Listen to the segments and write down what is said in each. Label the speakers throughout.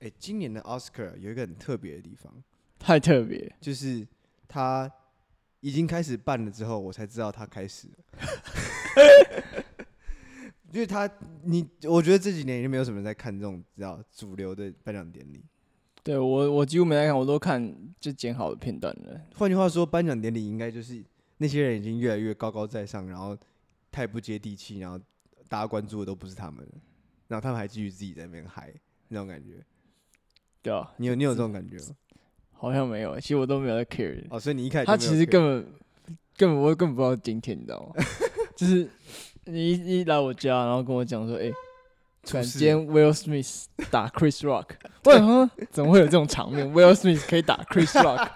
Speaker 1: 哎、今年的奥斯卡有一个很特别的地方，
Speaker 2: 太特别，
Speaker 1: 就是他已经开始办了之后，我才知道他开始了。 因为他，你我觉得这几年已经没有什么人在看这种知道主流的颁奖典礼。
Speaker 2: 对我我几乎没在看，我都看就剪好的片段了。
Speaker 1: 换句话说，颁奖典礼应该就是那些人已经越来越高高在上，然后太不接地气，然后大家关注的都不是他们了，然后他们还继续自己在那边嗨，那种感觉。
Speaker 2: 对啊，
Speaker 1: 你有你有这种感觉吗？
Speaker 2: 好像没有，其实我都没有在 care。
Speaker 1: 哦，所以你一开始
Speaker 2: 他
Speaker 1: 就没
Speaker 2: 其
Speaker 1: 有
Speaker 2: 实
Speaker 1: care
Speaker 2: 根本根本我根本不知道今天，你知道吗？ 就是你一一来我家，然后跟我讲说，哎、突然
Speaker 1: 出事
Speaker 2: 间 Will Smith 打 Chris Rock，我想说怎么会有这种场面？Will Smith 可以打 Chris Rock，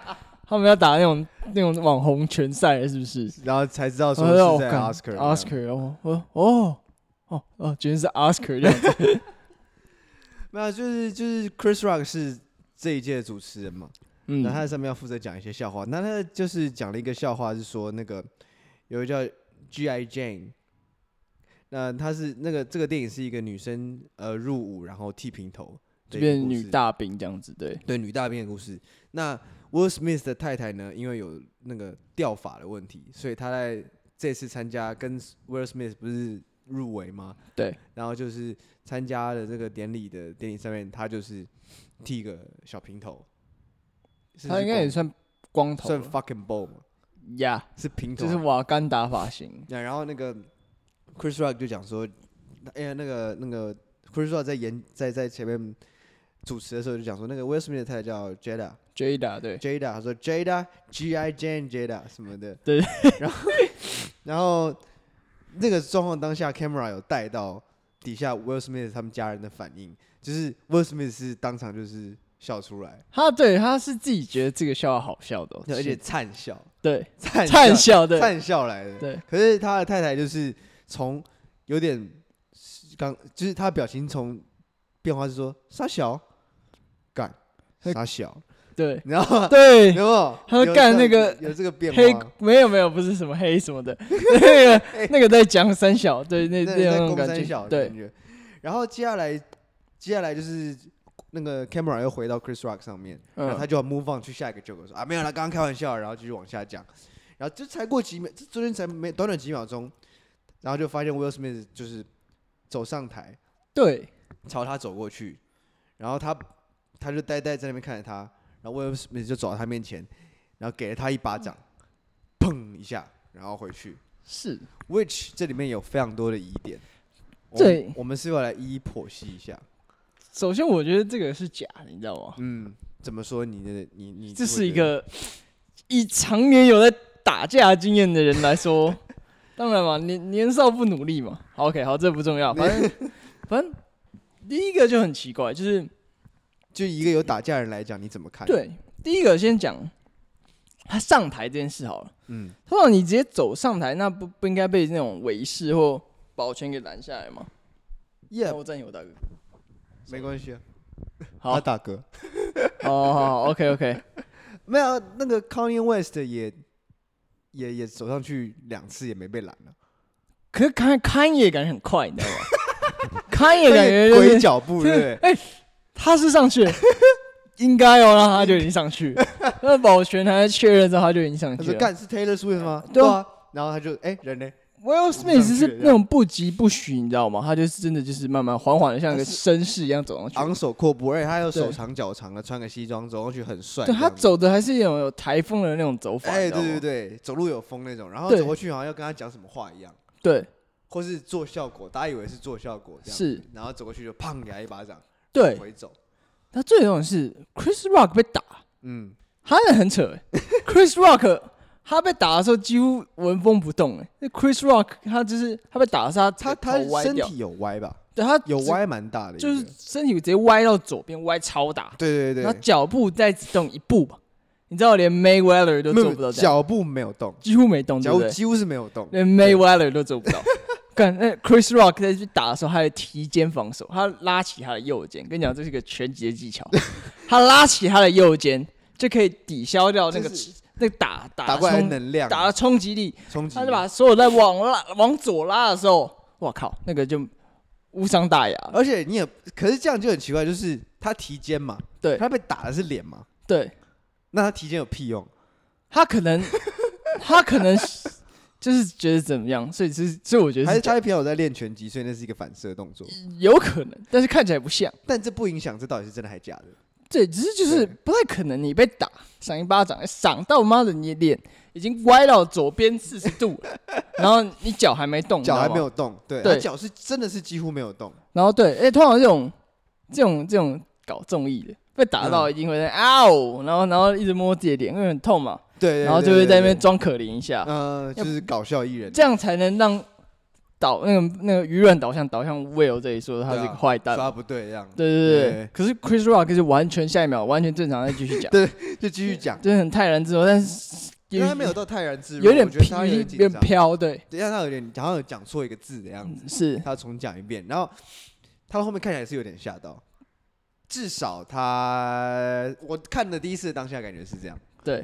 Speaker 2: 他 们要打那种那种网红拳赛了是不是？
Speaker 1: 然后才知道说
Speaker 2: 我说
Speaker 1: 是
Speaker 2: 哦我
Speaker 1: 在
Speaker 2: 干
Speaker 1: Oscar 这样
Speaker 2: Oscar，哦我哦哦哦，居然是 Oscar 这样子
Speaker 1: 没有，就是就是 Chris Rock 是这一届的主持人嘛，
Speaker 2: 嗯
Speaker 1: 那、后他在上面要负责讲一些笑话。那他就是讲了一个笑话，是说那个有一个叫 G.I. Jane，那他是那个这个电影是一个女生呃入伍然后剃平头的
Speaker 2: 就
Speaker 1: 一个故事，
Speaker 2: 变女大兵这样子，对，
Speaker 1: 对女大兵的故事。那 Will Smith 的太太呢，因为有那个掉发的问题，所以她在这次参加跟 Will Smith 不是入围吗？
Speaker 2: 对，
Speaker 1: 然后就是参加了这个典礼的典礼上面，她就是剃个小平头，是
Speaker 2: 他应该也算光头
Speaker 1: 算
Speaker 2: 了
Speaker 1: fucking b o l 嘛，
Speaker 2: 呀
Speaker 1: 是平头
Speaker 2: 就
Speaker 1: 啊，
Speaker 2: 是瓦干达发型，
Speaker 1: 那然后那个 Chris Rock 就讲说，哎呀，那个那个 Chris Rock 在演在在前面主持的时候就讲说，那个 Will Smith 的太太叫 Jada。
Speaker 2: Jada 对，
Speaker 1: Jada，他说 Jada G I Jane Jada 什么的，
Speaker 2: 对，
Speaker 1: 然后然后那个状况当下，camera 有带到底下 Will Smith 他们家人的反应，就是 Will Smith 是当场就是笑出来，
Speaker 2: 他对他是自己觉得这个笑话好笑的哦、
Speaker 1: 而且
Speaker 2: 是
Speaker 1: 灿笑，
Speaker 2: 对
Speaker 1: 灿
Speaker 2: 灿笑对
Speaker 1: 灿笑来的，
Speaker 2: 对，
Speaker 1: 可是他的太太就是从有点刚，就是他表情从变化是说傻小，干傻小，
Speaker 2: 对
Speaker 1: 然后
Speaker 2: 对
Speaker 1: 有没有？
Speaker 2: 他
Speaker 1: 有
Speaker 2: 干
Speaker 1: 这
Speaker 2: 那
Speaker 1: 样
Speaker 2: 个
Speaker 1: 子有这个变
Speaker 2: 黑
Speaker 1: 化。
Speaker 2: 没有没有不是什么黑什么 的，那个那个在讲三小对那
Speaker 1: 那
Speaker 2: 那
Speaker 1: 在
Speaker 2: 种
Speaker 1: 公
Speaker 2: 感
Speaker 1: 三
Speaker 2: 觉
Speaker 1: 小的
Speaker 2: 对
Speaker 1: 感觉。然后接下来，接下来就是那个 camera 又回到 Chris Rock 上面，然后他
Speaker 2: 嗯
Speaker 1: 就要 move on 去下一个 joke 说啊没有啦，刚刚开玩笑，然后继续往下讲。然后就才过几秒，这中间才没短短几秒钟，然后就发现 Will Smith 就是走上台，
Speaker 2: 对
Speaker 1: 朝他走过去，然后他他就呆呆在那边看着他，然后威尔史密斯就走到他面前，然后给了他一巴掌，砰一下，然后回去。
Speaker 2: 是
Speaker 1: Which 这里面有非常多的疑点，我
Speaker 2: 对
Speaker 1: 们我们是要来一一剖析一下。
Speaker 2: 首先我觉得这个是假的，你知道吗？
Speaker 1: 嗯，怎么说你的你你
Speaker 2: 这
Speaker 1: 会
Speaker 2: 是一
Speaker 1: 觉得
Speaker 2: 个以常年有在打架经验的人 来说，当然嘛，年年少不努力嘛。好 OK，好，这不重要， 反正反正第一个就很奇怪，就是
Speaker 1: 就一个有打架的人来讲，你怎么看？，
Speaker 2: 对第一个先讲他上台这件事好了。
Speaker 1: 嗯，
Speaker 2: 通常你直接走上台，那不不应该被那种围士或保全给拦下来吗？哦
Speaker 1: 耶、
Speaker 2: 我暂停我大哥。
Speaker 1: 没关系啊。
Speaker 2: 好
Speaker 1: 啊，大哥，
Speaker 2: 哦，好，OK OK，
Speaker 1: 没有那个 Kanye West 也也也走上去两次也没被拦了、
Speaker 2: 可是看看也感觉很快，你知道吗？ 看也
Speaker 1: 那
Speaker 2: 感
Speaker 1: 个
Speaker 2: 觉就是
Speaker 1: 鬼脚步，对不对？
Speaker 2: 哎、他是上去了， 应该哦，那他就已经上 去了。那保全还在确认之后，他就已经上
Speaker 1: 他
Speaker 2: 去
Speaker 1: 说
Speaker 2: 了。
Speaker 1: 干是 Taylor Swift 吗？
Speaker 2: 对啊
Speaker 1: 啊，然后他就哎、人呢？
Speaker 2: Will
Speaker 1: 上
Speaker 2: Smith
Speaker 1: 去
Speaker 2: 是
Speaker 1: 了
Speaker 2: 那种不疾不徐，你知道吗？他就是真的就是慢慢缓缓的，像一个
Speaker 1: 他
Speaker 2: 绅士一样走上去。
Speaker 1: 昂首阔步，而且他又手
Speaker 2: 对
Speaker 1: 长脚长的，穿个西装走上去很帅。
Speaker 2: 对他
Speaker 1: 这样子，
Speaker 2: 走的还是有有台风的那种走法，
Speaker 1: 哎、
Speaker 2: 你知道吗
Speaker 1: 对对对，走路有风那种，然后
Speaker 2: 对
Speaker 1: 走过去好像要跟他讲什么话一样，
Speaker 2: 对
Speaker 1: 或是做效果，大家以为是做效果这样子
Speaker 2: 是，
Speaker 1: 然后走过去就砰给他一巴掌，
Speaker 2: 对嗯
Speaker 1: 回走，
Speaker 2: 他最重要的是 Chris Rock 被打，
Speaker 1: 嗯，
Speaker 2: 他也很扯、Chris 哎 Rock 他被打的时候几乎纹风不动、哎，那 Chris Rock 他就是他被打的时候
Speaker 1: 他
Speaker 2: 他
Speaker 1: 他
Speaker 2: 头歪
Speaker 1: 身
Speaker 2: 掉
Speaker 1: 体有歪吧，
Speaker 2: 对他
Speaker 1: 有
Speaker 2: 歪。
Speaker 1: 歪蛮大的一个，
Speaker 2: 就是身体直接歪到左边，歪超大，
Speaker 1: 对对
Speaker 2: 然后
Speaker 1: 对，
Speaker 2: 脚步再只动一步吧。你知道连 Mayweather 都
Speaker 1: 没
Speaker 2: 做
Speaker 1: 有
Speaker 2: 不到这样，
Speaker 1: 脚步没有动，
Speaker 2: 几乎没动，对
Speaker 1: 脚
Speaker 2: 不
Speaker 1: 步
Speaker 2: 对？
Speaker 1: 几乎是没有动，
Speaker 2: 连 Mayweather 都做 不到。干，那 Chris Rock 在去打的时候，他的提肩防守，他拉起他的右肩，跟你讲，这是一个拳击的 技巧。他拉起他的右肩，就可以抵消掉那个、
Speaker 1: 就是
Speaker 2: 那个打打
Speaker 1: 打过来的
Speaker 2: 冲
Speaker 1: 能量
Speaker 2: 打的冲击力，
Speaker 1: 冲击
Speaker 2: 他
Speaker 1: 力，
Speaker 2: 就把所有在往拉往左拉的时候，我靠，那个就无伤大雅。
Speaker 1: 而且你也，可是这样就很奇怪，就是他提肩嘛，
Speaker 2: 对
Speaker 1: 他被打的是脸嘛，
Speaker 2: 对
Speaker 1: 那他提肩有屁用？
Speaker 2: 他 可能他可能就是觉得怎么样，所以是所以我觉得
Speaker 1: 还
Speaker 2: 是
Speaker 1: 是他平常有在练拳击，所以那是一个反射动作？
Speaker 2: 有可能，但是看起来不像。
Speaker 1: 但这不影响这到底是真的还假的。
Speaker 2: 对，只是就
Speaker 1: 对
Speaker 2: 是不太可能，你被打赏一巴掌，哎赏到妈的你脸已经歪到左边四十度了， 然后你脚还没动，
Speaker 1: 脚还没
Speaker 2: 你知道
Speaker 1: 有
Speaker 2: 吗，
Speaker 1: 动，对，
Speaker 2: 对
Speaker 1: 他脚是真的是几乎没有动，
Speaker 2: 然后对，哎、通常这种这种这种搞综艺的被打
Speaker 1: 嗯
Speaker 2: 到一定会在啊哦，然后然后一直摸自己的脸，因为很痛嘛，
Speaker 1: 对对
Speaker 2: 然后就会在那，边
Speaker 1: 对
Speaker 2: 装可怜一下
Speaker 1: 对，呃，就是搞笑艺人，
Speaker 2: 这样才能让导那个那个舆论导向导向 Will 这里说他是
Speaker 1: 对
Speaker 2: 个
Speaker 1: 啊
Speaker 2: 坏蛋
Speaker 1: 说
Speaker 2: 嘛。
Speaker 1: 他不对这样，
Speaker 2: 对对对，
Speaker 1: 对
Speaker 2: 可是 Chris Rock 是完全下一秒完全正常，再继续讲，
Speaker 1: 就继续讲，
Speaker 2: 真的很泰然自若，但是
Speaker 1: 因为他没有到泰然自若，
Speaker 2: 有点
Speaker 1: 我觉得他有
Speaker 2: 疲，有
Speaker 1: 点紧
Speaker 2: 点
Speaker 1: 张，
Speaker 2: 飘，对，
Speaker 1: 等一下他有点好像有讲错一个字的样子，
Speaker 2: 是
Speaker 1: 他重讲一遍，然后他后面看起来是有点吓到，至少他我看的第一次当下感觉是这样，
Speaker 2: 对。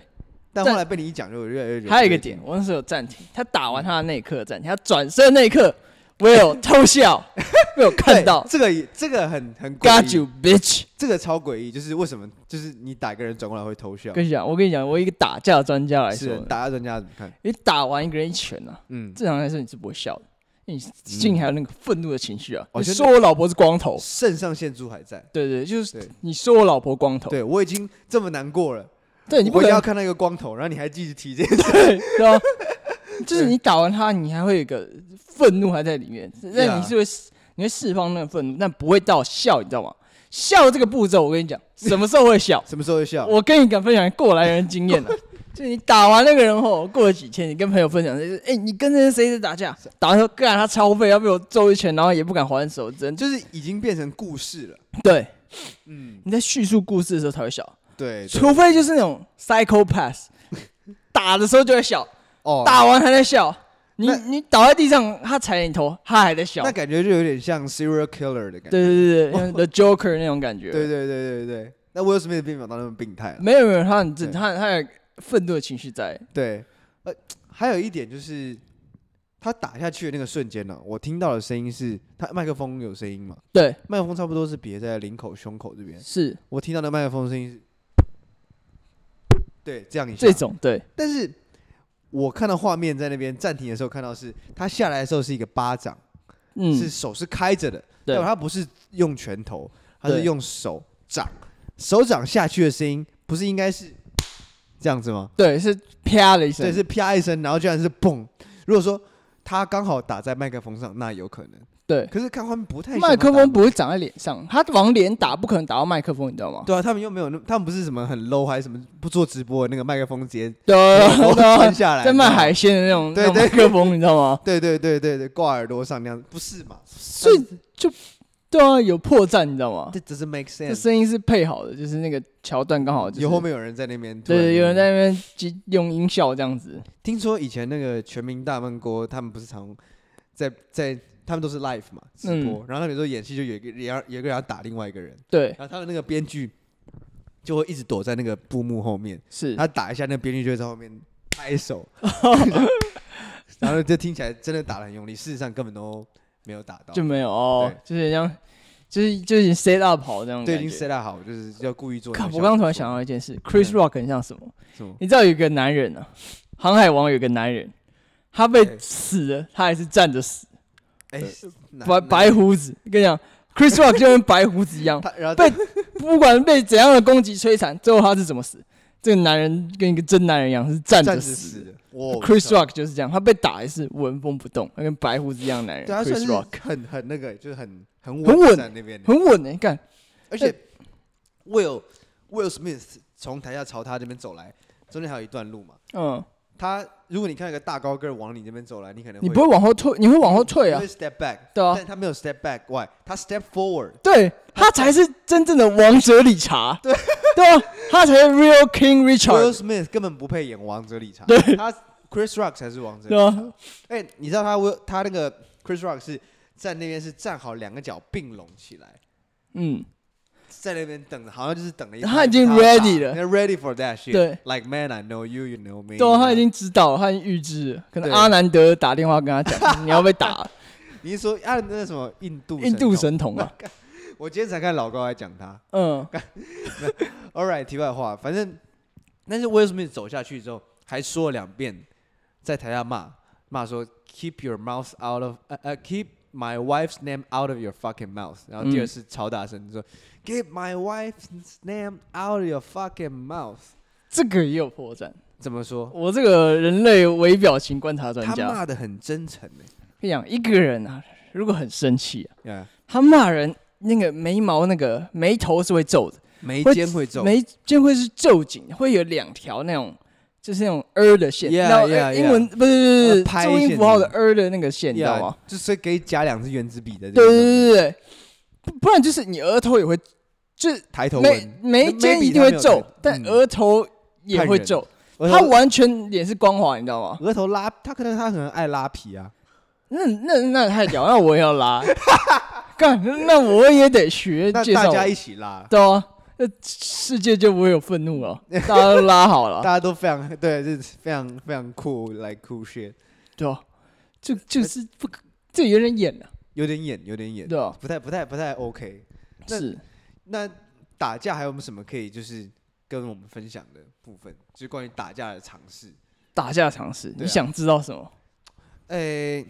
Speaker 1: 但
Speaker 2: 但
Speaker 1: 后来被你一讲就我越来越觉得
Speaker 2: 还有一个点，我那时候有暂停，他打完他的那一刻暂停，他转身那一刻，我有 偷笑，我有
Speaker 1: 对
Speaker 2: 看到
Speaker 1: 这个也这个很很诡异
Speaker 2: ，Got you bitch！
Speaker 1: 这个超诡异，就是为什么就是你打一个人转过来会偷笑，
Speaker 2: 跟你讲，我跟你讲，我一个打架专家来
Speaker 1: 是
Speaker 2: 说，
Speaker 1: 打到人家怎么看？
Speaker 2: 你打完一个人一拳啊，
Speaker 1: 嗯，
Speaker 2: 正常来说你是不会笑的，因为你心里还有那个愤怒的情绪啊。
Speaker 1: 哦
Speaker 2: 你
Speaker 1: 真的
Speaker 2: 说我老婆是光头，
Speaker 1: 肾上腺素还在。
Speaker 2: 对对，就是
Speaker 1: 对
Speaker 2: 你说我老婆光头，
Speaker 1: 对我已经这么难过了，
Speaker 2: 对，哦哎你
Speaker 1: 我
Speaker 2: 不
Speaker 1: 回
Speaker 2: 能
Speaker 1: 家看到一个光头，然后你还继续提这件事，
Speaker 2: 对，对啊，就是
Speaker 1: 对
Speaker 2: 你打完他，你还会有一个愤怒还在里面，但你
Speaker 1: Yeah？
Speaker 2: 是会释你会释放那个愤怒，但不会到笑，你知道吗？笑这个步骤，我跟你讲，什么时候会笑
Speaker 1: 什么时候会笑？
Speaker 2: 我跟你敢分享过来人经验 了、就是你打完那个人后，过了几天，你跟朋友分享，就是哎、你跟那谁谁打架，打完之后，干他超废，要被我揍一拳，然后也不敢还手，真就
Speaker 1: 就是已经变成故事了。
Speaker 2: 对。
Speaker 1: 嗯，
Speaker 2: 你在叙述故事的时候才会笑，
Speaker 1: 对，对
Speaker 2: 除非就是那种 psychopath，打的时候就会笑，
Speaker 1: 哦，
Speaker 2: 打完还在笑，你
Speaker 1: 那
Speaker 2: 你倒在地上，他踩你头，他还在笑
Speaker 1: 那。感觉就有点像 serial killer 的感觉。
Speaker 2: 对 对对对
Speaker 1: 哦
Speaker 2: 像，The Joker 那种感觉。
Speaker 1: 对对对对对，那 Will Smith 并没有到那么病态啊了。
Speaker 2: 没有没有，他很正，
Speaker 1: 对
Speaker 2: 他他有愤怒的情绪在。
Speaker 1: 对，呃，还有一点就是，他打下去的那个瞬间呢、我听到的声音是他麦克风有声音嘛，
Speaker 2: 对，
Speaker 1: 麦克风差不多是别在领口、胸口这边，
Speaker 2: 是
Speaker 1: 我听到的麦克风声音是，对，这样一下
Speaker 2: 这。种对
Speaker 1: 但是我看到画面在那边暂停的时候，看到是他下来的时候是一个巴掌，
Speaker 2: 嗯
Speaker 1: 是手是开着的，
Speaker 2: 对
Speaker 1: 代表他不是用拳头，他
Speaker 2: 对
Speaker 1: 是用手掌，手掌下去的声音不是应该是这样子吗？
Speaker 2: 对是啪的一声
Speaker 1: 对，，是啪一声，然后居然是砰。如果说他刚好打在麦克风上，那有可能。
Speaker 2: 对
Speaker 1: 可是看他们不太
Speaker 2: 麦克
Speaker 1: 想要
Speaker 2: 风
Speaker 1: 打
Speaker 2: 不会长在脸上，他往脸打不可能打到麦克风，你知道吗？
Speaker 1: 对啊，他们又没有那，他们不是什么很 low 还是什么不做直播的那个麦克风直接
Speaker 2: 对啊
Speaker 1: 头
Speaker 2: 对
Speaker 1: 穿，下来，
Speaker 2: 在卖
Speaker 1: 你知道吗
Speaker 2: 海鲜的那种
Speaker 1: 对
Speaker 2: 那种麦克风，你知道吗？
Speaker 1: 对对对对对，挂耳朵上那样子，不是嘛？
Speaker 2: 所以就对啊，有破绽，你知道吗？
Speaker 1: 这只是 make
Speaker 2: 这
Speaker 1: sense。
Speaker 2: 声音是配好的，就是那个桥段刚好就是
Speaker 1: 有后面有人在那边，
Speaker 2: 对，有人。在那边机用音效这样子，
Speaker 1: 听说以前那个全民大闷锅，他们不是常在在，他们都是 live 嘛直播，然后他们有时候演戏就有一个人要有一个人要打另外一个人，
Speaker 2: 对，
Speaker 1: 然后他们那个编剧就会一直躲在那个布幕后面，
Speaker 2: 是，
Speaker 1: 他打一下，那个编剧就会在后面拍手，然后就听起来真的打得很用力，事实上根本都没有打到，
Speaker 2: 就没有哦，就是像，就是就是已经 set up 好这样
Speaker 1: 对，
Speaker 2: 的
Speaker 1: 已
Speaker 2: 感
Speaker 1: 经
Speaker 2: 觉。
Speaker 1: set up 好，就是要故意做那
Speaker 2: 靠
Speaker 1: 个效果。
Speaker 2: 我刚刚突然想到一件事，Chris
Speaker 1: 嗯
Speaker 2: Rock 很像什么？
Speaker 1: 什么，
Speaker 2: 你知道有一个男人啊，航海王有个男人，他被
Speaker 1: 对
Speaker 2: 死了，他还是站着死，
Speaker 1: 哎，
Speaker 2: 白
Speaker 1: 白
Speaker 2: 呃白胡子。跟你讲，Chris Rock 就跟白胡子一样，
Speaker 1: 他然后
Speaker 2: 被不管被怎样的攻击摧残，最后他是怎么死？这个男人跟一个真男人一样，是站着
Speaker 1: 站着
Speaker 2: 死
Speaker 1: 死
Speaker 2: 的。
Speaker 1: 的，哇
Speaker 2: Chris Rock 就是这样，他被打也是纹风不动，跟白胡子一样的男人。
Speaker 1: 对啊他算
Speaker 2: Chris
Speaker 1: 是
Speaker 2: Rock
Speaker 1: 很很那个，就是很很
Speaker 2: 很
Speaker 1: 稳
Speaker 2: 稳
Speaker 1: 在那边的，
Speaker 2: 很稳诶、欸，干
Speaker 1: 而且 Will Will Smith 从台下朝他这边走来，中间还有一段路嘛。
Speaker 2: 嗯，
Speaker 1: 他如果你看到一个大高个儿往你这边走来，你可能
Speaker 2: 你不会往后退，你会往后退
Speaker 1: 你
Speaker 2: 啊
Speaker 1: 会，step back，
Speaker 2: 对啊
Speaker 1: 但他没有 step back，why？他 step forward，
Speaker 2: 对他才是真正的王者理查，对 对啊，他才是 real King
Speaker 1: Will
Speaker 2: Richard，
Speaker 1: Smith 根本不配演王者理查，
Speaker 2: 对
Speaker 1: 他 Chris Rock 才是王者理
Speaker 2: 对
Speaker 1: 查。
Speaker 2: 啊，
Speaker 1: 哎、你知道他 Will 他那个 Chris Rock 是站那边是站好两个脚并拢起来，
Speaker 2: 嗯，
Speaker 1: 在那边等，好像就是等了一
Speaker 2: 他已经
Speaker 1: 他要打
Speaker 2: ready 了
Speaker 1: 他，ready for that shit。
Speaker 2: 对
Speaker 1: ，like man I know you you know me。
Speaker 2: 对啊，他已经知道了，他已经预知了，可能
Speaker 1: 对
Speaker 2: 阿南德打电话跟他讲，你要被打，
Speaker 1: 你是说啊那什么印度
Speaker 2: 印度
Speaker 1: 神
Speaker 2: 神童啊，
Speaker 1: 童，我今天才看老高来讲他。
Speaker 2: 嗯，
Speaker 1: All right，题外话，反正但是 Will Smith 走下去之后，还说了两遍，在台下骂骂说 “Keep your mouth out of 呃呃 Keep my wife's name out of your fucking mouth”，然后第二
Speaker 2: 嗯
Speaker 1: 次超大声说 “Keep my wife's name out of your fucking mouth”，
Speaker 2: 这个也有破绽。
Speaker 1: 怎么说？
Speaker 2: 我这个人类微表情观察专
Speaker 1: 他
Speaker 2: 家，
Speaker 1: 骂的很真诚呢、
Speaker 2: 跟你讲，一个人啊，如果很生气啊，
Speaker 1: 欸，
Speaker 2: 他骂人那个眉毛那个眉头是会皱的，
Speaker 1: 眉
Speaker 2: 会
Speaker 1: 间会皱，
Speaker 2: 眉间会是皱紧，会有两条那种就是那种 er 的线，
Speaker 1: Yeah,
Speaker 2: 然后
Speaker 1: yeah,
Speaker 2: 英文不是不是
Speaker 1: 呃拍
Speaker 2: 注音
Speaker 1: 线
Speaker 2: 符号的
Speaker 1: 是
Speaker 2: er 的那个线，你知道吗
Speaker 1: 呀？，就是可以加两支原子笔的这
Speaker 2: 对
Speaker 1: 个，
Speaker 2: 对对对对，不不然就是你额头也会，就是
Speaker 1: 抬头
Speaker 2: 眉
Speaker 1: 纹，
Speaker 2: 眉间一定会皱，但
Speaker 1: 嗯
Speaker 2: 额头也
Speaker 1: 看
Speaker 2: 会
Speaker 1: 人
Speaker 2: 皱，
Speaker 1: 额
Speaker 2: 他
Speaker 1: 头
Speaker 2: 完全脸是光滑，你知道吗？
Speaker 1: 额头拉，他可能他可能爱拉皮啊，
Speaker 2: 那那那太屌，那我也 要拉，干，那我也得学
Speaker 1: 那
Speaker 2: 介
Speaker 1: 大
Speaker 2: 绍
Speaker 1: 家
Speaker 2: 我，
Speaker 1: 一起拉，
Speaker 2: 对啊，那世界就不会有愤怒 了，大家都拉好
Speaker 1: 大
Speaker 2: 了，
Speaker 1: 家都非常对，就是非常非常酷，like cool shit，
Speaker 2: 对啊，就就是不可，这有点演了，
Speaker 1: 有点演，有点演，
Speaker 2: 对啊，
Speaker 1: 不太不太不太 OK。那
Speaker 2: 是
Speaker 1: 那打架还有没有什么可以就是跟我们分享的部分？就是关于打架的尝试。
Speaker 2: 打架常识，
Speaker 1: 对
Speaker 2: 你
Speaker 1: 啊
Speaker 2: 想知道什么？
Speaker 1: 诶、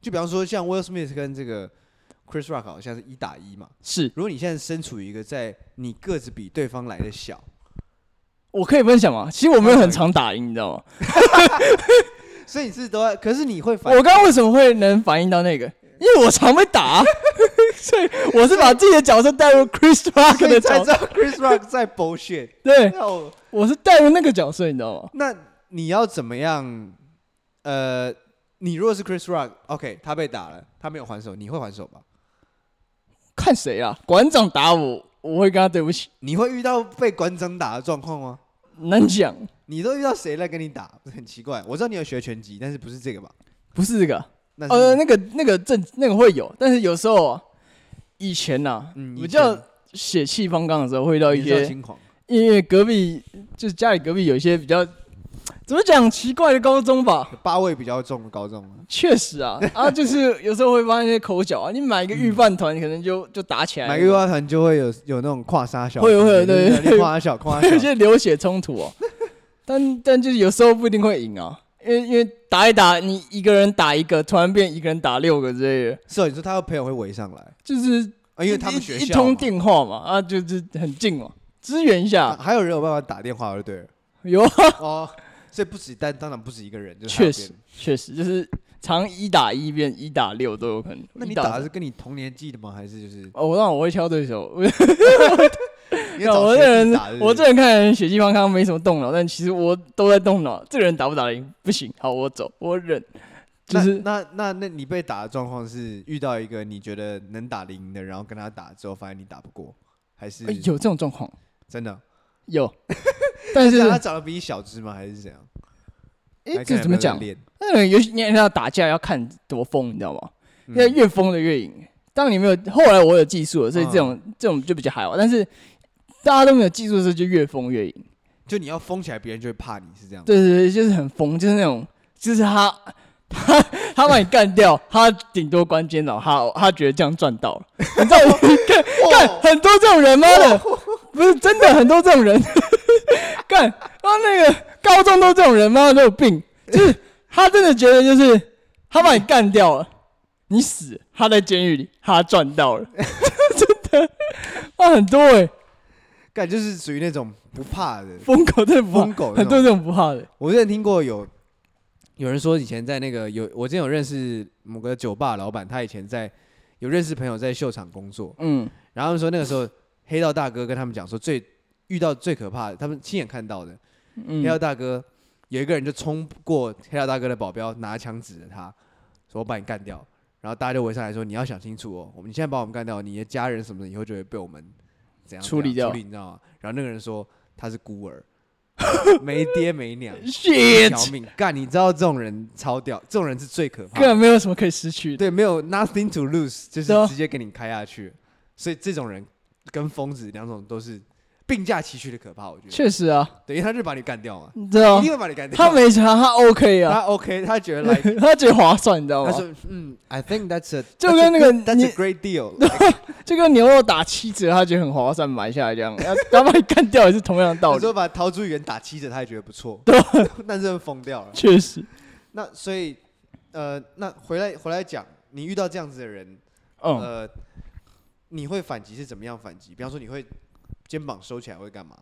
Speaker 1: 就比方说像 Will Smith 跟这个 Chris Rock 好像是一打一嘛。
Speaker 2: 是
Speaker 1: 如果你现在身处于一个在你个子比对方来的小，
Speaker 2: 我可以分享吗？其实我没有很常打赢，你知道吗？
Speaker 1: 所以你是都在，可是你会反
Speaker 2: 我刚刚为什么会能反应到那个？因为我常被打，啊 所以我是把自己的角色带入 Chris Rock
Speaker 1: 所以
Speaker 2: 的
Speaker 1: 你才
Speaker 2: 角
Speaker 1: 知
Speaker 2: 色，
Speaker 1: 道 Chris Rock 在 bullshit。
Speaker 2: 对，
Speaker 1: 那我
Speaker 2: 我是带入那个角色，你知道吗？
Speaker 1: 那你要怎么样？呃，你如果是 Chris Rock，OK，、他被打了，他没有还手，你会还手吧？
Speaker 2: 看谁啊？馆长打我，我会跟他对不起。
Speaker 1: 你会遇到被馆长打的状况吗？
Speaker 2: 难讲，
Speaker 1: 你都遇到谁来跟你打？很奇怪。我知道你有学拳击，但是不是这个吧？
Speaker 2: 不是这个啊，
Speaker 1: 那是
Speaker 2: 呃，那个那个正那个会有，但是有时候啊以前呐、啊，
Speaker 1: 嗯以前
Speaker 2: 比较血气方刚的时候，会遇到一
Speaker 1: 年少
Speaker 2: 些，
Speaker 1: 轻狂，
Speaker 2: 因为隔壁就是家里隔壁有一些比较怎么讲奇怪的高中吧，
Speaker 1: 八位比较重的高中啊。
Speaker 2: 确实啊，啊，就是有时候会发现一些口角啊。你买一个预饭团，可能就就打起来了，
Speaker 1: 买个花团就会有有那种跨沙小，
Speaker 2: 会有会有对
Speaker 1: 就是
Speaker 2: 对
Speaker 1: 你跨沙 小跨沙
Speaker 2: 有
Speaker 1: 小，
Speaker 2: 些流血冲突哦。但但就是有时候不一定会赢啊，因为因为打一打，你一个人打一个，突然变一个人打六个之类的，
Speaker 1: 是哦，你说他的朋友会围上来，
Speaker 2: 就是
Speaker 1: 啊，因为他们
Speaker 2: 一
Speaker 1: 学
Speaker 2: 一
Speaker 1: 校
Speaker 2: 通
Speaker 1: 嘛
Speaker 2: 电话嘛，啊，就是很近嘛，支援一下
Speaker 1: 啊。还有人有办法打电话就对 了。
Speaker 2: 有啊，
Speaker 1: 哦，所以不止但当然不止一个人，就是还有
Speaker 2: 确
Speaker 1: 别人
Speaker 2: 实确实就是常一打一变一打六都有可能。
Speaker 1: 那你
Speaker 2: 一
Speaker 1: 打的
Speaker 2: 三
Speaker 1: 是跟你同年纪的吗？还是 就是
Speaker 2: 哦，我让我会挑对手， 我
Speaker 1: 你
Speaker 2: 那
Speaker 1: 找
Speaker 2: 我
Speaker 1: 学
Speaker 2: 这
Speaker 1: 弟
Speaker 2: 人
Speaker 1: 打是，不
Speaker 2: 我
Speaker 1: 是
Speaker 2: 这人看人血气方刚，没什么动脑，但其实我都在动脑。这个人打不打得赢不行，好，我走，我忍。就是
Speaker 1: 那那那那你被打的状况是遇到一个你觉得能打得赢的，然后跟他打之后发现你打不过，还是
Speaker 2: 哎有这种状况，
Speaker 1: 真的？
Speaker 2: 有，但是
Speaker 1: 是他长得比你小只吗？还是怎样？
Speaker 2: 哎，
Speaker 1: 还
Speaker 2: 这
Speaker 1: 看有
Speaker 2: 怎么
Speaker 1: 没有在
Speaker 2: 讲？
Speaker 1: 练
Speaker 2: 那个人尤其你要打架要看多疯，你知道吗？
Speaker 1: 嗯
Speaker 2: 要越疯的越赢。当你没有，后来我有技术了，所以这种这种就比较还好。但是大家都没有技术的时候，就越疯越赢。
Speaker 1: 就你要疯起来，别人就会怕你，是这样吗？
Speaker 2: 对对对，就是很疯，就是那种，就是他他他把你干掉，他顶多关监牢，他他觉得这样赚到了，你知道我干
Speaker 1: 哦
Speaker 2: 干很多这种人妈的，不是真的很多这 种人，干然后那个高中都这种人妈的都有病，就是他真的觉得就是他把你干掉了，你死，他在监狱里他赚到 了，真的哇很多哎、
Speaker 1: 感就是属于那种不怕的
Speaker 2: 疯狗真的不怕
Speaker 1: 疯，狗那
Speaker 2: 很多
Speaker 1: 种。
Speaker 2: 这种不怕的，
Speaker 1: 我之前听过有有人说，以前在那个有我之前有认识某个酒吧老板，他以前在有认识朋友在秀场工作，
Speaker 2: 嗯
Speaker 1: 然后他们说那个时候黑道大哥跟他们讲说最遇到最可怕的，他们亲眼看到的、黑道
Speaker 2: 嗯，
Speaker 1: 大哥有一个人就冲过黑道大哥的保镖，拿枪指着他，说我把你干掉。然后大家就围上来说你要想清楚哦，我们现在把我们干掉，你的家人什么的以后就会被我们怎样
Speaker 2: 处理
Speaker 1: 怎样
Speaker 2: 掉
Speaker 1: 处理你知道吗？然后那个人说他是孤 儿，没爹没娘。一
Speaker 2: shit
Speaker 1: 条命干，你知道这种人超屌，这种人是最可怕的
Speaker 2: 根本没有什么可以失去的。
Speaker 1: 对，没有 nothing to lose，就
Speaker 2: 对啊
Speaker 1: 是直接给你开下去。所以这种人跟疯子两种都是并驾齐驱的可怕，我觉得。
Speaker 2: 确实啊，
Speaker 1: 等于他就把你干掉嘛，
Speaker 2: 你知道
Speaker 1: 一定会把你干掉。
Speaker 2: 他没查，他 OK 啊，
Speaker 1: 他 OK，他觉得来，
Speaker 2: 他觉得划算，你知道
Speaker 1: 他
Speaker 2: 吗？
Speaker 1: 说嗯，I think that's a
Speaker 2: 就跟那个
Speaker 1: that's a
Speaker 2: 你
Speaker 1: great deal。
Speaker 2: 这个牛肉打七折，他觉得很划算，买下来这样，要要把你干掉也是同样的道
Speaker 1: 有
Speaker 2: 理
Speaker 1: 时。候把陶朱元打七折，他也觉得不错， 那真的疯掉了。
Speaker 2: 确实，
Speaker 1: 那所以呃，那回来回来讲，你遇到这样子的人，
Speaker 2: 嗯，
Speaker 1: 呃，你会反击是怎么样反击？比方说你会肩膀收起来会干嘛？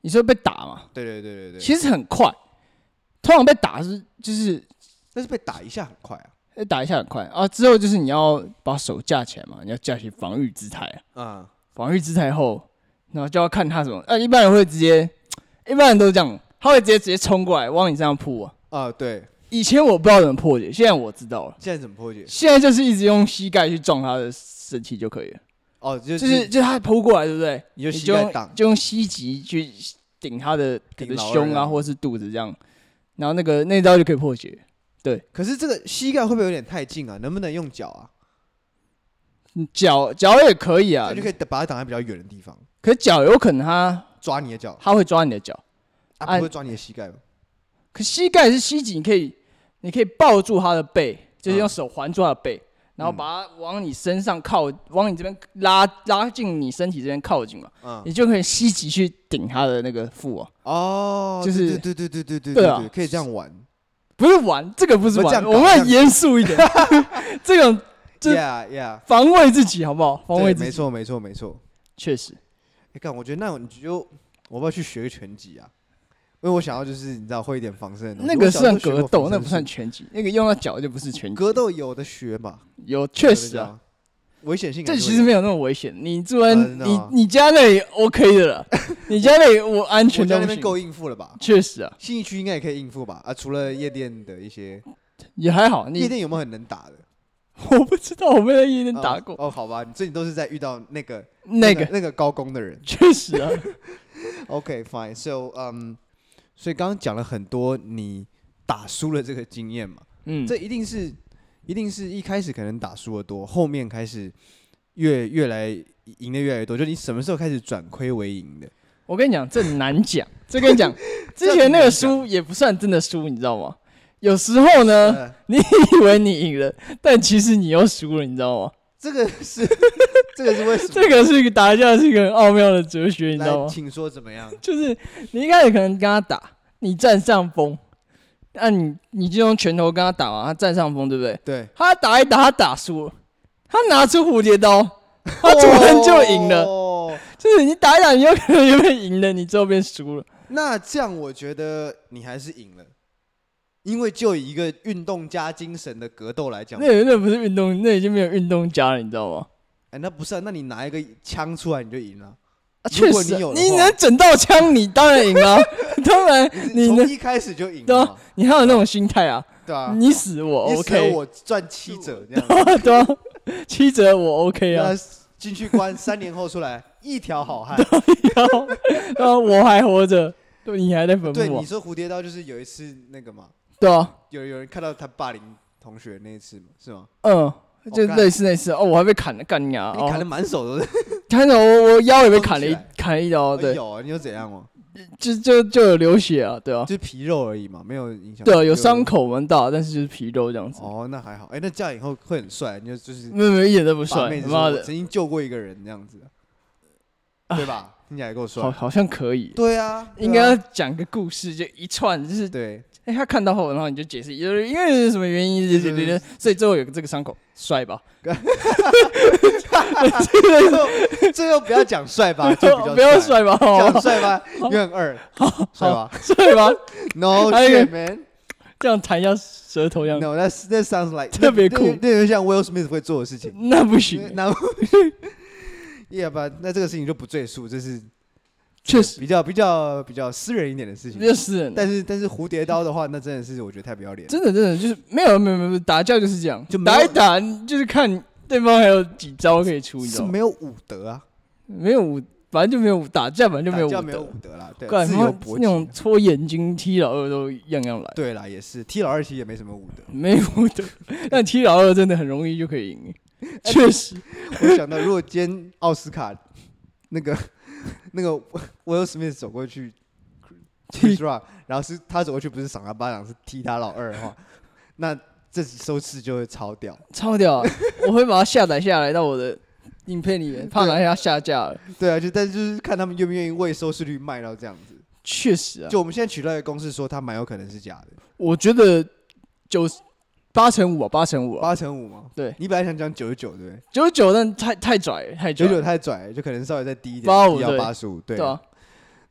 Speaker 2: 你说被打嘛，
Speaker 1: 对对对对对，
Speaker 2: 其实很快，通常被打是就是
Speaker 1: 但是被打一下很快啊。
Speaker 2: 呃打一下很快啊，之后就是你要把手架起来嘛，你要架起防御姿态啊，
Speaker 1: 嗯，
Speaker 2: 防御姿态后，然后就要看他什么，啊，一般人会直接，一般人都是这样，他会直接直接冲过来往你身上扑啊。
Speaker 1: 啊，对，
Speaker 2: 以前我不知道怎么破解，现在我知道了，
Speaker 1: 现在怎么破解？
Speaker 2: 现在就是一直用膝盖去撞他的身体就可以了，
Speaker 1: 哦，就
Speaker 2: 就是就是他扑过来，对不对？
Speaker 1: 你就
Speaker 2: 你
Speaker 1: 膝
Speaker 2: 就
Speaker 1: 盖
Speaker 2: 用
Speaker 1: 挡，
Speaker 2: 就用膝击去顶他的可
Speaker 1: 顶
Speaker 2: 能
Speaker 1: 老二
Speaker 2: 胸
Speaker 1: 这
Speaker 2: 啊，
Speaker 1: 样
Speaker 2: 或是肚子这样，然后那个那一招就可以破解。
Speaker 1: 可是这个膝盖会不会有点太近啊？能不能用脚啊？
Speaker 2: 嗯脚脚也可以啊
Speaker 1: 那，就可以把它挡在比较远的地方，
Speaker 2: 可是脚有可能他
Speaker 1: 抓你的脚，
Speaker 2: 他会抓你的脚，
Speaker 1: 啊，
Speaker 2: 按
Speaker 1: 不会抓你的膝盖吗？
Speaker 2: 可膝盖是膝颈，你可以你可以抱住他的背，就是用
Speaker 1: 嗯
Speaker 2: 手环住他的背，然后
Speaker 1: 嗯
Speaker 2: 把他往你身上靠，往你这边拉拉近你身体这边靠近嘛，
Speaker 1: 嗯，
Speaker 2: 你就可以膝击去顶他的那个腹啊，
Speaker 1: 哦，
Speaker 2: 就
Speaker 1: 对
Speaker 2: 是
Speaker 1: 对对对对对
Speaker 2: 对
Speaker 1: 对
Speaker 2: 啊
Speaker 1: 对，可以这样玩。
Speaker 2: 不是玩，这个不是
Speaker 1: 不是这
Speaker 2: 玩，
Speaker 1: 样搞
Speaker 2: 我们要严肃一点， 这种这
Speaker 1: Yeah yeah，
Speaker 2: 防卫自己好不好？防卫
Speaker 1: 对，
Speaker 2: 自
Speaker 1: 没
Speaker 2: 己，
Speaker 1: 错没错没错。
Speaker 2: 确实。
Speaker 1: 哎，干，我觉得那你就我要不要去学个拳击啊？因为我想要就是你知道会一点防身的东西。
Speaker 2: 那
Speaker 1: 嗯
Speaker 2: 个
Speaker 1: 我小时候
Speaker 2: 算
Speaker 1: 学过
Speaker 2: 格斗，
Speaker 1: 防
Speaker 2: 那
Speaker 1: 身
Speaker 2: 不算
Speaker 1: 术
Speaker 2: 拳击，那个用到脚就不是拳击。
Speaker 1: 格斗有的学嘛，
Speaker 2: 有确实啊，
Speaker 1: 啊，危险性还
Speaker 2: 这
Speaker 1: 是
Speaker 2: 其
Speaker 1: 会
Speaker 2: 实
Speaker 1: 有
Speaker 2: 没有那么危险。你住在
Speaker 1: 啊真的
Speaker 2: 你
Speaker 1: 吗
Speaker 2: 你家那里 OK 的了，你家那里我安
Speaker 1: 我
Speaker 2: 全
Speaker 1: 家
Speaker 2: 到
Speaker 1: 那
Speaker 2: 不
Speaker 1: 边
Speaker 2: 行。
Speaker 1: 够应付了吧？
Speaker 2: 确实啊，
Speaker 1: 信义区应该也可以应付吧？啊，除了夜店的一些，
Speaker 2: 嗯也还好。
Speaker 1: 夜
Speaker 2: 你
Speaker 1: 店有没有很能打的？
Speaker 2: 我不知道，我没在夜店
Speaker 1: 哦
Speaker 2: 打过
Speaker 1: 哦，好吧，所以你都是在遇到那个
Speaker 2: 那
Speaker 1: 个
Speaker 2: 个，
Speaker 1: 那个高工的人。
Speaker 2: 确实 啊，
Speaker 1: OK fine，so 嗯，所以刚刚讲了很多你打输了这个经验嘛，
Speaker 2: 嗯，
Speaker 1: 这一定是一定是一开始可能打输的多，后面开始越越来赢的越来越多，就你什么时候开始转亏为盈的？
Speaker 2: 我跟你讲，这难讲。这跟 你讲，之前那个输也不算真的输，你知道吗？有时候呢，
Speaker 1: 呃，
Speaker 2: 你 以为你赢了，但其实你又输了，你知道吗？
Speaker 1: 这个是这个是为什么？
Speaker 2: 这个是一个打架是一个很奥妙的哲学，你知道
Speaker 1: 来，
Speaker 2: 吗？
Speaker 1: 请说怎么样？
Speaker 2: 就是你一开始可能跟他打，你占上风，那、你你就用拳头跟他打嘛，他占上风，对不对？
Speaker 1: 对，
Speaker 2: 他打一打，他打输了，他拿出蝴蝶刀，他突然就赢了。
Speaker 1: 哦
Speaker 2: 就是你打一打，你有可能原本赢了，你最后变输了。
Speaker 1: 那这样我觉得你还是赢了，因为就以一个运动加精神的格斗来讲，
Speaker 2: 那那不是运动，那已经没有运动家了，你知道吗？
Speaker 1: 哎，那不是啊？那你拿一个枪出来你就赢了。
Speaker 2: 啊，
Speaker 1: 如
Speaker 2: 确
Speaker 1: 果
Speaker 2: 实啊
Speaker 1: 你有，的
Speaker 2: 你
Speaker 1: 话
Speaker 2: 能整到枪，你当然赢了、 当然，你
Speaker 1: 从
Speaker 2: 能，
Speaker 1: 一开始就赢
Speaker 2: 对
Speaker 1: 了
Speaker 2: 啊
Speaker 1: 嘛，
Speaker 2: 你还有那种心态啊，
Speaker 1: 对啊，
Speaker 2: 你死我
Speaker 1: 你死了
Speaker 2: OK，
Speaker 1: 我赚七折这样 子，
Speaker 2: 啊 对啊，七折我 OK 啊
Speaker 1: 那，进去 关三年后出来一条好汉。
Speaker 2: 然后然后我还活着，对，你还在坟
Speaker 1: 对，
Speaker 2: 墓啊
Speaker 1: 你，说蝴蝶刀就是有一次那个嘛，
Speaker 2: 对啊，
Speaker 1: 有有人看到他霸凌同学那一次嘛，是吗？
Speaker 2: 嗯，就
Speaker 1: 干
Speaker 2: 类似类似哦，我还被砍了干牙，
Speaker 1: 你砍的
Speaker 2: 哦，
Speaker 1: 满手都是。
Speaker 2: 看着我我腰也被砍了一
Speaker 1: 封起
Speaker 2: 砍了一刀，哦 对，
Speaker 1: 有啊，你有怎样吗？
Speaker 2: 就就就有流血啊，对啊，
Speaker 1: 就是皮肉而已嘛，没有影响。
Speaker 2: 对啊，有
Speaker 1: 就
Speaker 2: 伤。口蛮大，但是就是皮肉这样子，
Speaker 1: 哦，那还好。哎，那这样以后会很帅，你就就是
Speaker 2: 没有没有一点都不
Speaker 1: 把
Speaker 2: 帅
Speaker 1: 妹，子说
Speaker 2: 妈
Speaker 1: 我
Speaker 2: 的，啊
Speaker 1: 曾经救过一个人这样子，对吧？听起来够帅
Speaker 2: 好。好像可以，
Speaker 1: 对啊，对啊
Speaker 2: 应该要讲个故事，就一串，就是
Speaker 1: 对。
Speaker 2: 哎他看到后，然后你就解释，就是因为什么原因，对对对对，所以最后有个这个伤口，帅吧，
Speaker 1: 最后最后不要讲帅 吧，啊就比较
Speaker 2: 不要帅吧，哦好
Speaker 1: 讲
Speaker 2: 吧
Speaker 1: 帅吧，怨二，帅吧
Speaker 2: 帅吧，
Speaker 1: ？No
Speaker 2: 还有一个
Speaker 1: shit, man.
Speaker 2: 这样弹一下舌头这样，
Speaker 1: No, that that sounds like
Speaker 2: 特别酷
Speaker 1: 那那那就像 Will Smith 会做的事情。
Speaker 2: 那不行欸，
Speaker 1: 那 Yeah, but 那这个事情就不赘述，这是
Speaker 2: 确实
Speaker 1: 比较比较比较私人一点的事情。
Speaker 2: 就是，
Speaker 1: 但是但是蝴蝶刀的话，那真的是我觉得太不要脸了。
Speaker 2: 真的真的就是没有没有没有打架就是这样，
Speaker 1: 就没有
Speaker 2: 打一打你就是看对方还有几招可以出，你知
Speaker 1: 是
Speaker 2: 道吗？
Speaker 1: 没有武德啊，
Speaker 2: 没有武，反正就没有武打架，反正就没有
Speaker 1: 打架
Speaker 2: 武
Speaker 1: 没有
Speaker 2: 德
Speaker 1: 武。德啦，对，
Speaker 2: 干
Speaker 1: 自
Speaker 2: 他妈
Speaker 1: 由搏
Speaker 2: 那种
Speaker 1: 击。
Speaker 2: 戳眼睛、踢老二都样样来，
Speaker 1: 对啦，也是踢老二其实也没什么武德。
Speaker 2: 没有武 德。但踢老二真的很容易就可
Speaker 1: 哎
Speaker 2: 以赢，确实。
Speaker 1: 我想到，如果今天奥斯卡那个那个 Will Smith 走过去 Chris Rock，然后是他走过去不是赏他巴掌，是踢他老二的话，那这收视就会超屌。
Speaker 2: 超屌啊！我会把它下载下来到我的影片里面，怕哪天它下架了。
Speaker 1: 对啊，就但是就是看他们愿不愿意为收视率卖到这样子。
Speaker 2: 确实啊，
Speaker 1: 就我们现在取到一个公式，说它蛮有可能是假的，
Speaker 2: 我觉得九十八成五啊，八成五啊，
Speaker 1: 八成五嘛。
Speaker 2: 对
Speaker 1: 你本来想讲九十九，对不对？
Speaker 2: 九十九但太太拽了，太拽
Speaker 1: 九
Speaker 2: 了
Speaker 1: 九太拽了，就可能稍微再低一点，
Speaker 2: 85
Speaker 1: 低到
Speaker 2: 对
Speaker 1: 八十五。对
Speaker 2: 对啊。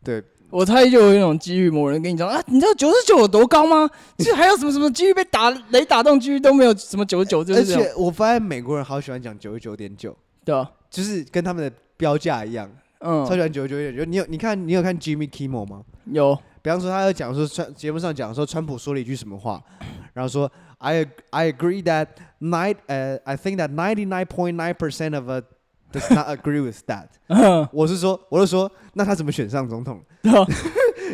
Speaker 1: 对，
Speaker 2: 我猜就有一种机遇某人跟你讲啊，你知道九十九有多高吗？这还有什么什么机遇被打雷打中机遇都没有，什么九十九就
Speaker 1: 而
Speaker 2: 是这样，
Speaker 1: 且我发现美国人好喜欢讲九十九点九，
Speaker 2: 对啊，
Speaker 1: 就是跟他们的标价一样，超
Speaker 2: 嗯，
Speaker 1: 喜欢九十九点九。你有你看你有看 Jimmy Kimmel 吗？
Speaker 2: 有
Speaker 1: 比方说，他要讲说川节目上讲说川普说了一句什么话，
Speaker 2: 嗯
Speaker 1: 然后说 I ag- I agree that nine 呃、I think that ninety nine point nine percent of a does not agree with that 。 我是说，我是说，那他怎么选上总统？
Speaker 2: 对啊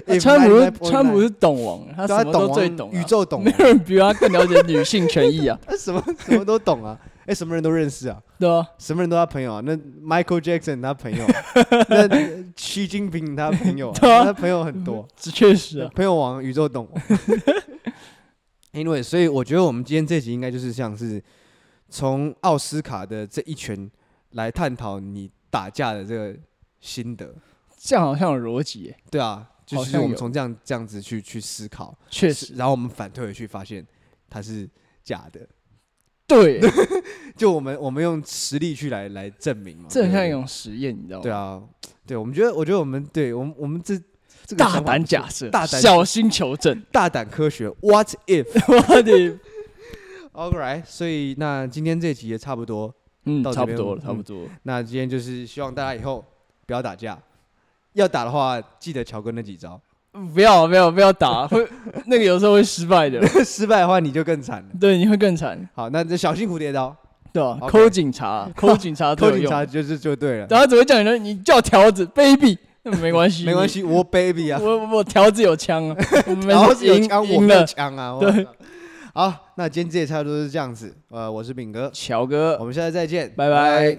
Speaker 1: If
Speaker 2: 川普是
Speaker 1: 99.9
Speaker 2: 川普是懂王，他
Speaker 1: 对啊
Speaker 2: 什么都
Speaker 1: 王
Speaker 2: 最懂啊，
Speaker 1: 宇宙懂
Speaker 2: 没
Speaker 1: 王，
Speaker 2: 有人比他更了解女性权 益啊，
Speaker 1: 他什么什么都懂啊，哎、什么人都认识啊，
Speaker 2: 对啊，
Speaker 1: 什么人都他朋友啊。那 Michael Jackson 他朋友，啊 那习近平他朋友、啊，
Speaker 2: 对啊
Speaker 1: 他朋友很多。
Speaker 2: 这确实啊，
Speaker 1: 朋友王宇宙 懂。anyway，所以我觉得我们今天这集应该就是像是从奥斯卡的这一拳来探讨你打架的这个心得，
Speaker 2: 这样好像有逻辑耶，
Speaker 1: 对啊，就
Speaker 2: 好
Speaker 1: 是
Speaker 2: 像
Speaker 1: 我们
Speaker 2: 有
Speaker 1: 从这样这样子去去思考，
Speaker 2: 确
Speaker 1: 是
Speaker 2: 实
Speaker 1: 然后我们反推回去发现它是假的，
Speaker 2: 对，
Speaker 1: 就我们我们用实力去来来证明嘛，
Speaker 2: 这
Speaker 1: 对
Speaker 2: 很
Speaker 1: 不
Speaker 2: 像
Speaker 1: 对
Speaker 2: 一种实验，你知道吗？
Speaker 1: 对啊，对，我们觉得我觉得我们对我们我们这这个
Speaker 2: 大
Speaker 1: 想法
Speaker 2: 胆
Speaker 1: 不错
Speaker 2: 假设，
Speaker 1: 大胆
Speaker 2: 小心 求证，
Speaker 1: 大胆科学，What if？
Speaker 2: 我的
Speaker 1: All right，所以那今天这集也差不多。
Speaker 2: 嗯，
Speaker 1: 到这
Speaker 2: 差不
Speaker 1: 边
Speaker 2: 多了，差
Speaker 1: 嗯
Speaker 2: 不多了，
Speaker 1: 那今天就是希望大家以后不要打架，要打的话记得乔哥那几招，
Speaker 2: 不要不要不要打，会那个有时候会失败的。
Speaker 1: 失败的话你就更惨了。
Speaker 2: 对，你会更惨，
Speaker 1: 好，那这小心蝴蝶刀，
Speaker 2: 对吧、
Speaker 1: OK
Speaker 2: 抠警察，抠 警察都
Speaker 1: 扣
Speaker 2: 有
Speaker 1: 警
Speaker 2: 用。
Speaker 1: 察就是就对了，
Speaker 2: 然后只会叫你说你叫条子，baby，那 没关系，
Speaker 1: 没关系，我 baby
Speaker 2: 你。
Speaker 1: 啊，
Speaker 2: 我我我条子有 枪啊，我们
Speaker 1: 然后是有
Speaker 2: 赢
Speaker 1: 枪，我
Speaker 2: 赢
Speaker 1: 没有
Speaker 2: 了。
Speaker 1: 枪啊。我
Speaker 2: 对，
Speaker 1: 好，那今天这也差不多是这样子。呃，我是炳哥，
Speaker 2: 乔哥
Speaker 1: 我，们下次再见，
Speaker 2: 拜拜